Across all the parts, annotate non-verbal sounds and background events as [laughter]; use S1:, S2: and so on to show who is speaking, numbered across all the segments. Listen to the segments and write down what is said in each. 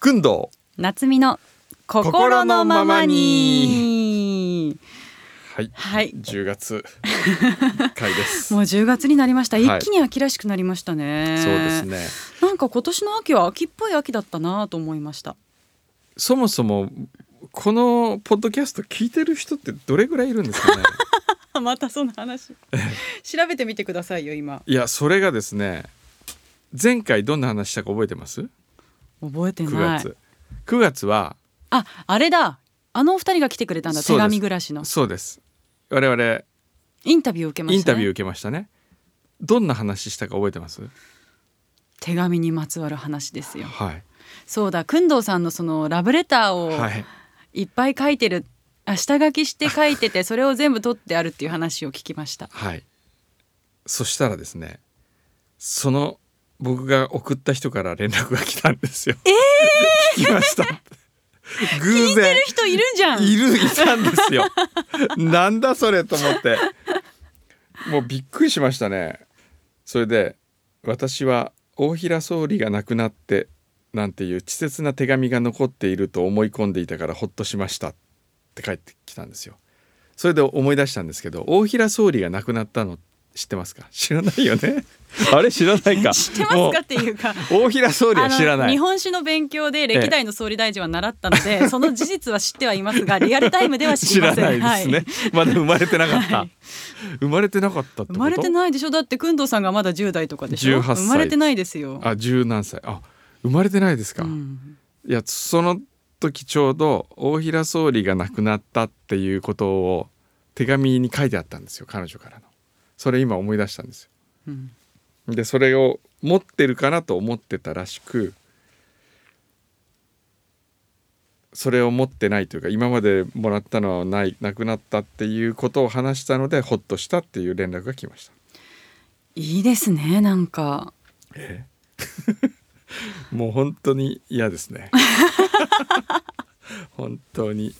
S1: くんど
S2: 夏美の心のままに。
S1: はい
S2: はい。
S1: 10月回です
S2: もう10月になりました。
S1: はい
S2: 一気に秋らしくなりましたね。
S1: そうです。ね
S2: なんか今年の秋は秋っぽい秋だったなと思いました。 [laughs]
S1: そもそもこのポッドキャスト聞いてる人ってどれぐらいいるんですかね
S2: またその
S1: [laughs]
S2: 話。調べてみてくださいよ今。
S1: いやそれがですね前回どんな話したか覚えてます
S2: 覚えて
S1: ?9
S2: ない。
S1: 月9月は
S2: あ、あれだ。あのお二人が来てくれたんだ。
S1: そう
S2: 手
S1: です
S2: 紙暮らしの
S1: そうです我々
S2: インタビューを受けま
S1: イン
S2: した、
S1: タ
S2: ね。
S1: ビュー受けましたねどんな話したか覚えてます
S2: 手紙にまつわる話ですよ。
S1: はい
S2: そうだ。くんどうさんのそのラブレターを
S1: はい
S2: いっぱい書いてる。あ下書きして書いててそれを全部取ってあるっていう話を聞きました
S1: はいそしたらですねその僕が送った人から連絡が来たんですよ、 [laughs] 聞きま
S2: [laughs]
S1: した偶然
S2: 人いるじゃん
S1: いるいたんです
S2: [laughs]
S1: よなんだそれと思ってもうびっくりしましたねそれで私は大平総理が亡くなってなんていう稚拙な手紙が残っていると思い込んでいたからほっとしましたって帰ってきたんですよそれで思い出したんですけど大平総理が亡くなったの知ってますか知らないよ
S2: [laughs]
S1: ねあれ知らないか
S2: 知ってますかっていうか
S1: もう大平総理は知ら
S2: あ
S1: な
S2: の
S1: い
S2: 日本史の勉強で歴代の総理大臣は習ったので、その事実は知ってはいますがリアルタイムでは [laughs] 知
S1: 知
S2: り
S1: ら
S2: ません
S1: ないですね、
S2: は
S1: ま
S2: い、
S1: だ生まれてなかった、
S2: [laughs] はい
S1: 生まれてなかったってこと
S2: 生まれてないでしょだってくんどうさんがまだ10代とかでしょ
S1: 18歳
S2: 生まれてないですよ
S1: あ十何歳あ生まれてないですか、
S2: うん
S1: いやその時ちょうど大平総理が亡くなったっていうことを手紙に書いてあったんですよ彼女からのそれ今思い出したんです
S2: うん
S1: よでそれを持ってるかなと思ってたらしくそれを持ってないというか今までもらったのはないなくなったっていうことを話したのでほっとしたっていう連絡が来ました
S2: いいですねなんか
S1: もう本当に嫌です
S2: [laughs]
S1: ね本当に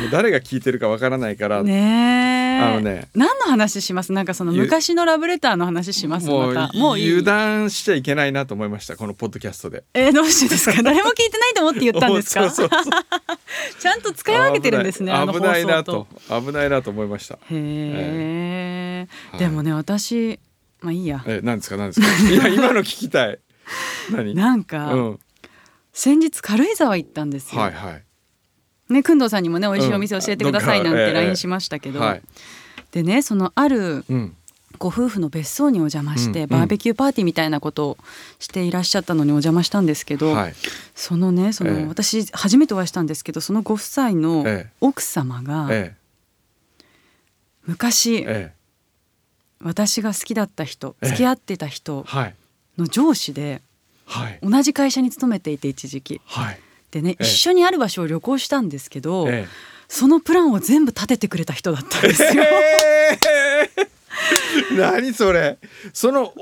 S1: もう誰が聞いてるかわからないから、
S2: ねえ
S1: あのね
S2: 何の話しますなんかその
S1: ゆ
S2: 昔のラブレターの話します
S1: も
S2: ま
S1: う
S2: たもういい
S1: 油断しちゃいけないなと思いましたこのポッドキャストで
S2: えーどうしてですか [laughs] 誰も聞いてないと思って言ったんです
S1: [laughs]
S2: か
S1: そうそうそう
S2: ちゃんと使い分けてるんですねあの
S1: 危ない危ない
S2: 放
S1: な
S2: 送と
S1: と危ないなと思いました
S2: へえ、
S1: はい
S2: でもね私まあいいや
S1: え何ですか何ですかいや今の聞きたい何
S2: なんか、
S1: うん
S2: 先日軽井沢行ったんですよ、
S1: はいはい
S2: ねくんどうさんにもね美味しいお店教えてくださいなん
S1: うんあど
S2: て
S1: っかええ
S2: LINE しましたけど、
S1: はい
S2: でねそのある
S1: うん
S2: ご夫婦の別荘にお邪魔して、
S1: うん
S2: バーベキューパーティーみたいなことをしていらっしゃったのにお邪魔したんですけど、
S1: はい
S2: そのねその、
S1: ええ
S2: 私初めてお会いしたんですけどそのご夫妻の
S1: ええ
S2: 奥様が
S1: え
S2: 昔、
S1: えええ
S2: 私が好きだった人
S1: ええ
S2: 付き合ってた人
S1: はい
S2: の上司で
S1: はい
S2: 同じ会社に勤めていて一時期
S1: はい
S2: でね、
S1: ええ
S2: 一緒にある場所を旅行したんですけど、
S1: え
S2: そのプランを全部立ててくれた人だったんですよ。
S1: えー [laughs] 何それその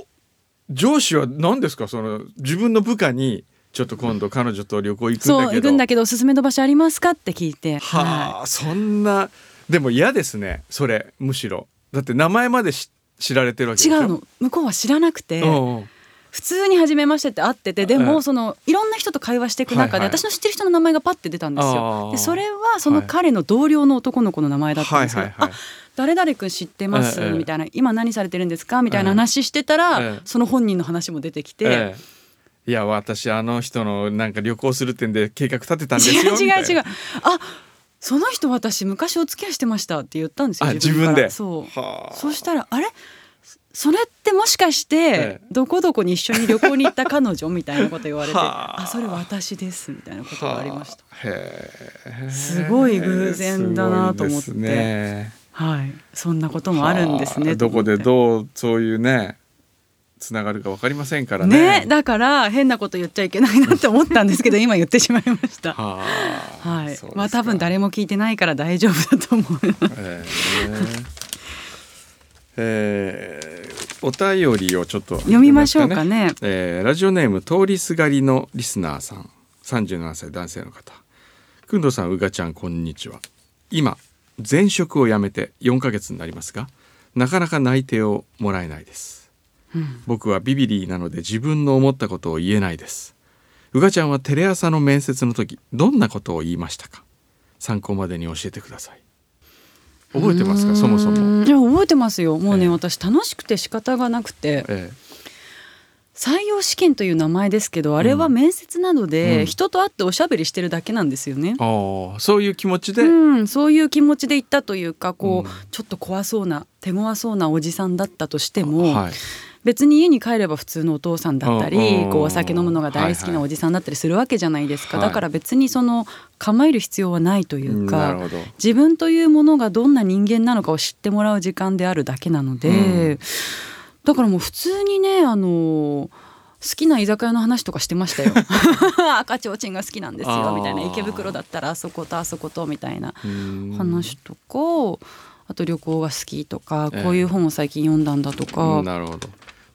S1: 上司は何ですかその自分の部下にちょっと今度彼女と旅 [laughs] 行行くん
S2: そう
S1: だけ
S2: 行
S1: ど
S2: くんだけどおすすめの場所ありますかって聞いて、
S1: は
S2: は
S1: あそんなでも嫌ですねそれむしろだって名前までし知られてるわ
S2: い
S1: けでし
S2: 違
S1: ょ
S2: うの向こうは知らなくて、
S1: うんうん
S2: 普通に初めましてって会っててで
S1: え
S2: も
S1: え
S2: そのいろんな人と会話していく中で、
S1: はいはい
S2: 私の知ってる人の名前がパッて出たんです
S1: あ
S2: よ
S1: あ。
S2: でそれはその
S1: はい
S2: 彼の同僚の男の子の名前だったんですけど、
S1: はいはいはい
S2: あ誰々君知ってます、
S1: ええ
S2: みたいな今何されてるんですかみたいな話してたら、
S1: ええ
S2: その本人の話も出てきて。
S1: ええいや私あの人のなんか旅行するってんで計画立てたんですよ
S2: 違う
S1: みたい
S2: 違う
S1: な
S2: 違うあその人私昔お付き合いしてましたって言ったんですよ
S1: あ自
S2: か
S1: 分
S2: ら
S1: で
S2: そう、
S1: はあ
S2: そしたらあれそれってもしかして
S1: え
S2: どこどこに一緒に旅行に行った彼女みたいなこと言われ
S1: [laughs]
S2: て「
S1: はあ
S2: あそれ私です」みたいなことがありま
S1: [laughs]
S2: した。
S1: はあへえ
S2: すごい偶然だなと思って
S1: すごいですね
S2: はい、そんなこともあるんですね。
S1: はあどこで
S2: う
S1: どうそういうねつながるかわかりませんからね
S2: ねだから変なこと言っちゃいけないなって思ったんです
S1: [laughs]
S2: けど今言ってしまいました。
S1: はあ
S2: は
S1: そ
S2: い
S1: うです、か
S2: まあ多分誰も聞いてないから大丈夫だ
S1: [laughs]
S2: と思う。
S1: えーえーお便りをちょっと
S2: 読みましょうかね
S1: えーラジオネーム通りすがりのリスナーさん37歳男性の方くんどうさんうがちゃんこんにちは今前職を辞めて4ヶ月になりますがなかなか内定をもらえないです
S2: うん
S1: 僕はビビリーなので自分の思ったことを言えないですうがちゃんはテレ朝の面接の時どんなことを言いましたか参考までに教えてください覚えてますかそもそも、
S2: いや覚えてますよもう
S1: え
S2: ね、
S1: え
S2: 私楽しくて仕方がなくて
S1: え
S2: 採用試験という名前ですけどあれは面接など
S1: う
S2: で
S1: ん
S2: 人と会っておしゃべりしてるだけなんですよね
S1: え、ああそういう気持ちで、
S2: うん、そういう気持ちで行ったというかこう、
S1: うん
S2: ちょっと怖そうな手強そうなおじさんだったとしても、
S1: はい、
S2: 別に家に帰れば普通のお父さんだった
S1: うんうんう
S2: り
S1: ん
S2: こうお酒飲むのが大好きなおじさんだったりするわけじゃないですか、だから別にその構える必要はないという
S1: なる
S2: か
S1: ほど
S2: 自分というものがどんな人間なのかを知ってもらう時間であるだけなので、
S1: うん
S2: だからもう普通にねあの好きな居酒屋の話とかしてました
S1: [laughs]
S2: よ赤ちょうちんが好きなんです
S1: あ
S2: よ
S1: ー
S2: みたいな池袋だったらあそことあそことみたいな
S1: うん
S2: 話とか、あと旅行が好きとか、
S1: ええ
S2: こういう本を最近読んだんだとか、
S1: うんなるほど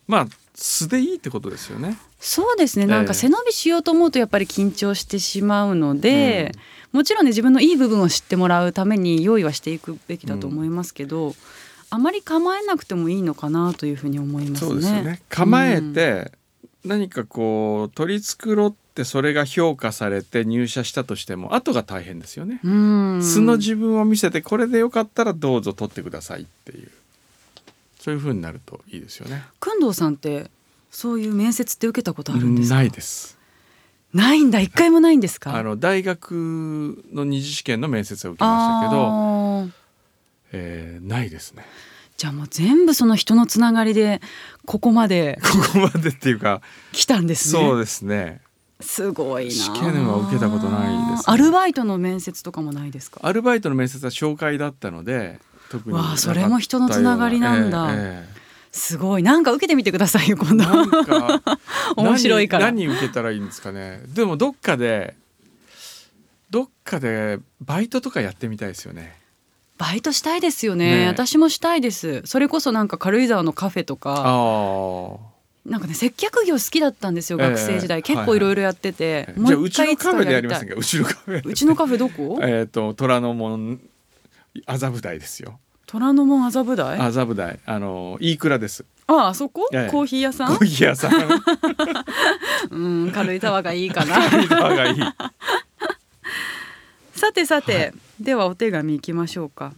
S1: まあ素でいいってことですよね
S2: そうですね
S1: ええ
S2: なんか背伸びしようと思うとやっぱり緊張してしまうので、もちろんね自分のいい部分を知ってもらうために用意はしていくべきだと思いますけど、あまり構えなくてもいいのかなというふうに思いますね。
S1: そうですよね構えて何かこう取り繕ってそれが評価されて入社したとしても後が大変ですよね、
S2: うん
S1: 素の自分を見せてこれでよかったらどうぞ取ってくださいっていうそういう風になるといいですよね
S2: 工藤さんってそういう面接って受けたことあるんですか
S1: ないです
S2: ないんだ一回もないんですか
S1: あの大学の二次試験の面接を受けましたけど、
S2: あー
S1: えーないですね [laughs]
S2: じゃあもう全部その人のつながりでここまで
S1: ここまでっていうか
S2: 来たんですね。
S1: そうですね
S2: すごいな。
S1: 試験は受けたことないですね
S2: アルバイトの面接とかもないですか。
S1: アルバイトの面接は紹介だったので特に
S2: わあそれも人のつながりなんだすごい。なんか受けてみてくださいよ今度。
S1: なんか
S2: [laughs] 面白いから
S1: 何何受けたらいいんですかねでもどっかでどっかでバイトとかやってみたいですよね
S2: バイトしたいですよね
S1: ね
S2: 私もしたいです。それこそなんか軽井沢のカフェとか、
S1: あ
S2: なんかね接客業好きだったんですよ
S1: ええ
S2: 学生時代。
S1: はい
S2: 結構いろいろやってて、
S1: あじゃあうちの
S2: いつか
S1: カフェでやりま
S2: た
S1: せん
S2: い
S1: かうちのカフェで
S2: うちのカフェどこ？
S1: えっと虎ノ門麻布台ですよ
S2: 虎ノ門麻布台。あ
S1: 麻布台あの飯倉です
S2: ああそこ？
S1: ええ
S2: コーヒー屋
S1: コ
S2: さん
S1: ー？ヒー屋
S2: [laughs]
S1: さん
S2: うん軽井沢がいいかな。
S1: 軽井沢がいい
S2: さてさて、ではお手紙いきましょうか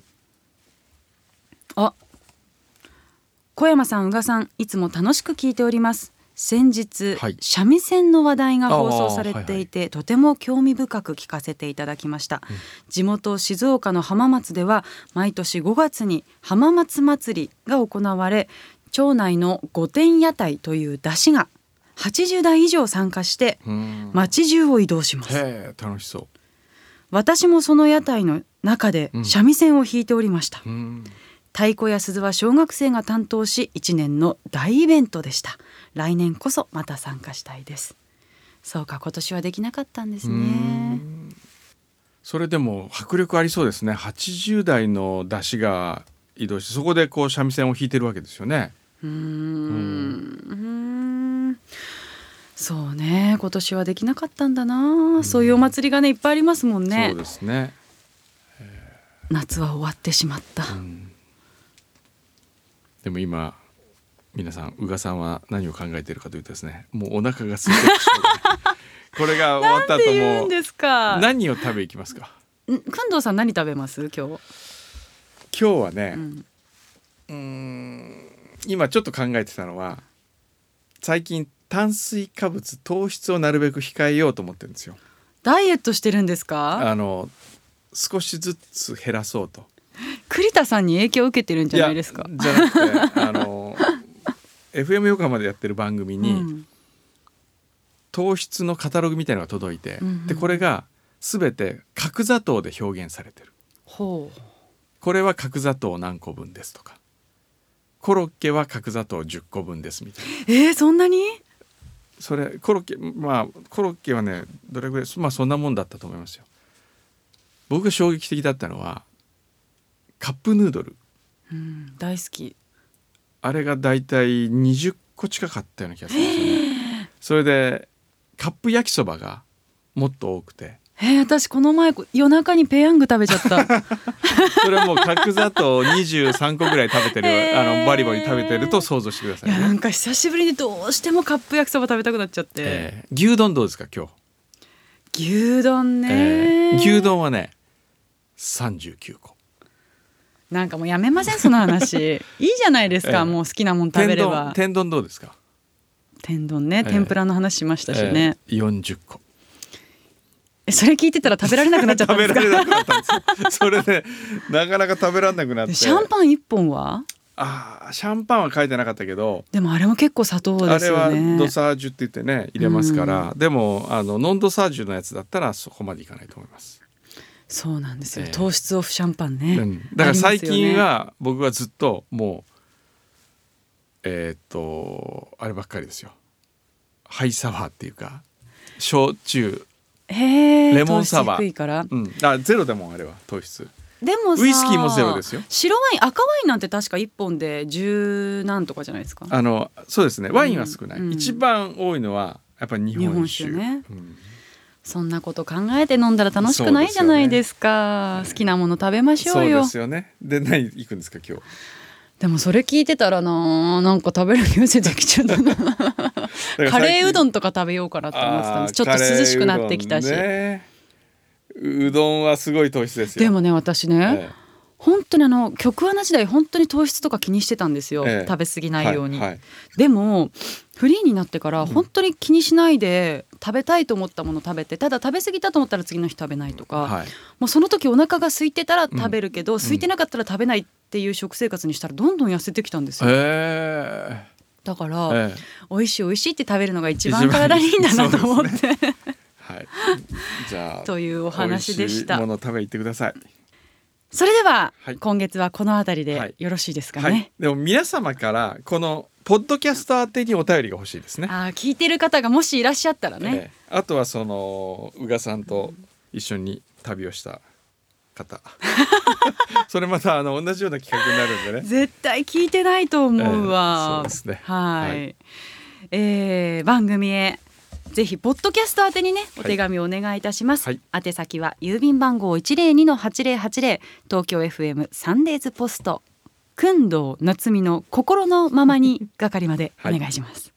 S2: あ小山さん宇賀さんいつも楽しく聞いております先日、
S1: はい
S2: 三味線の話題が放送されていて、とても興味深く聞かせていただきまし
S1: う
S2: た、
S1: ん
S2: 地元静岡の浜松では毎年5月に浜松祭りが行われ町内の御殿屋台という出汁が80台以上参加して
S1: うん
S2: 町中を移動します
S1: へえ楽しそ
S2: 私もその屋台の中で
S1: うん
S2: 三味線を弾いておりました、
S1: ううん
S2: 太鼓や鈴は小学生が担当し1年の大イベントでした来年こそまた参加したいですそうか今年はできなかったんです
S1: う
S2: ね
S1: んそれでも迫力ありそうですね80代の出汁が移動してそこでこう三味線を弾いてるわけですよね
S2: うーんうーんそうね今年はできなかったんだなそういうお祭りがねいっぱいありますもんね
S1: そうですね、
S2: 夏は終わってしまった、
S1: うんでも今皆さん宇賀さんは何を考えているかというとですねもうお腹が空いてきそうでこれが終わった
S2: って
S1: 後
S2: 言う
S1: も
S2: ん
S1: うん
S2: ですかん
S1: 何を食べいきますか
S2: くんどうさん何食べます今日、
S1: 今日はね
S2: う、ん
S1: うーん今ちょっと考えてたのは最近炭水化物糖質をなるべく控えようと思ってるんですよ
S2: ダイエットしてるんですか
S1: あの少しずつ減らそうと
S2: 栗田さんに影響を受けてるんじゃないですか
S1: や。じゃなくてあの [laughs] FM 横浜でやってる番組に、
S2: うん
S1: 糖質のカタログみたいのが届いて、
S2: うんうん
S1: でこれが全て角砂糖で表現されてる
S2: ほ
S1: これは角砂糖何個分ですとかコロッケは角砂糖10個分ですみたいな
S2: う。えー、そんなに？
S1: それコロッケまあコロッケはねどれぐらいまあそんなもんだったと思いますよ僕が衝撃的だったのはカップヌードル
S2: うん、大好き。
S1: あれが大体20個近かったよ
S2: [laughs]
S1: うな気がするんですよねそれでカップ焼きそばがもっと多くて
S2: えー、私この前夜中にペヤング食べちゃ [laughs] った。
S1: それはもう角砂糖23個ぐらい食べてる、
S2: へー
S1: あのバリバリ食べてると想像してくださ
S2: い
S1: い
S2: やな
S1: ね。
S2: んか久しぶりにどうしてもカップ焼きそば食べたくなっちゃって、
S1: えー牛丼どうですか今日、
S2: 牛丼ね、
S1: えー牛丼はね39個
S2: なんかもうやめませんその話い
S1: [laughs]
S2: いじゃないですか、
S1: ええ
S2: もう好きなもん食べ
S1: 天
S2: れ
S1: 丼
S2: ば
S1: 天丼どうですか、
S2: 天丼ね
S1: ええ
S2: 天ぷらの話しましたしね、
S1: えー、40個
S2: えそれ聞いてたら食べられなくなっちゃったん
S1: 食
S2: で
S1: べら
S2: すか
S1: れなくなったんですよ [laughs] それでなかなか食べられなくなっ
S2: で
S1: て
S2: シャンパン一本は
S1: あーシャンパンは書いてなかったけど、
S2: でもあれも結構砂糖
S1: あ
S2: です
S1: れ
S2: よ
S1: はド
S2: ね
S1: サージュって言ってね入れますから、でもあのノンドサージュのやつだったらそこまでいかないと思います。
S2: そうなんですよ、
S1: ええ
S2: 糖質オフシャンパンね、
S1: うんだから最
S2: あります
S1: 近
S2: よね
S1: は僕はずっともうえーっとあればっかりですよハイサワーっていうか焼酎、
S2: へえ
S1: レモンサワー
S2: 糖質低いから
S1: うん、あゼロでもんあれは糖質
S2: でもさ
S1: ウイスキーもゼロですよ
S2: 白ワイン赤ワインなんて確か一本で十何とかじゃないですか
S1: あのそうですねワインは少ない、
S2: うんうん
S1: 一番多いのはやっぱり日本酒
S2: 日本酒ね
S1: うん
S2: そんなこと考えて飲んだら楽しくないじゃないですか
S1: そうですよね
S2: 好きなもの食べましょ
S1: そうう
S2: よ
S1: ですよねで何行くんですか今日
S2: でもそれ聞いてたらななんか食べる気寄せてきちゃっ
S1: [laughs]
S2: たなカレーうど
S1: ん
S2: んとか食べようかなって思ってたんですちょっと涼しくなってきたし、
S1: うどん,、ね、うどんはすごい糖質ですよ
S2: でもね私ね、
S1: ええ
S2: 本当にあの局アナ時代本当に糖質とか気にしてたんですよ、
S1: ええ
S2: 食べ過ぎないように、
S1: はいはい
S2: でもフリーになってから
S1: ん
S2: 本当に気にしないで食べたいと思ったもの食べてただ食べ過ぎたと思ったら次の日食べないとか、
S1: はい
S2: もうその時お腹が空いてたら食べるけど、空いてなかったら食べないっていう食生活にしたらどんどん痩せてきたんですよ、
S1: え
S2: だか
S1: え
S2: ら、
S1: ええ
S2: 美味しい美味しいって食べるのが一
S1: 一
S2: 番
S1: 番
S2: 体にいいんだなと思っ
S1: そう
S2: て、
S1: はい。じゃあ。
S2: というお
S1: お
S2: 話でし
S1: いも
S2: た
S1: の食べ行ってください。
S2: それでは、
S1: はい
S2: 今月はこのあたり
S1: は
S2: で
S1: い
S2: よろしいですかね、
S1: はい。でも皆様からこのポッドキャスター宛てにお便りが欲しいですね。
S2: あー聞いてる方がもしいらっしゃったらね、
S1: ええあとはその宇賀さんと一緒に旅をした
S2: [laughs]
S1: 方。それまたあの同じような企画になるんでね。
S2: 絶対聞いてないと思うわ、
S1: ええそうですね
S2: はい、
S1: はい
S2: えー番組へぜひポッドキャスト宛てにねお手紙をお願いいたします、
S1: はい
S2: 宛先は郵便番号102-8080東京 FM サンデー
S1: [laughs]
S2: ズポストくんどう夏美の心のままに係までお願いします、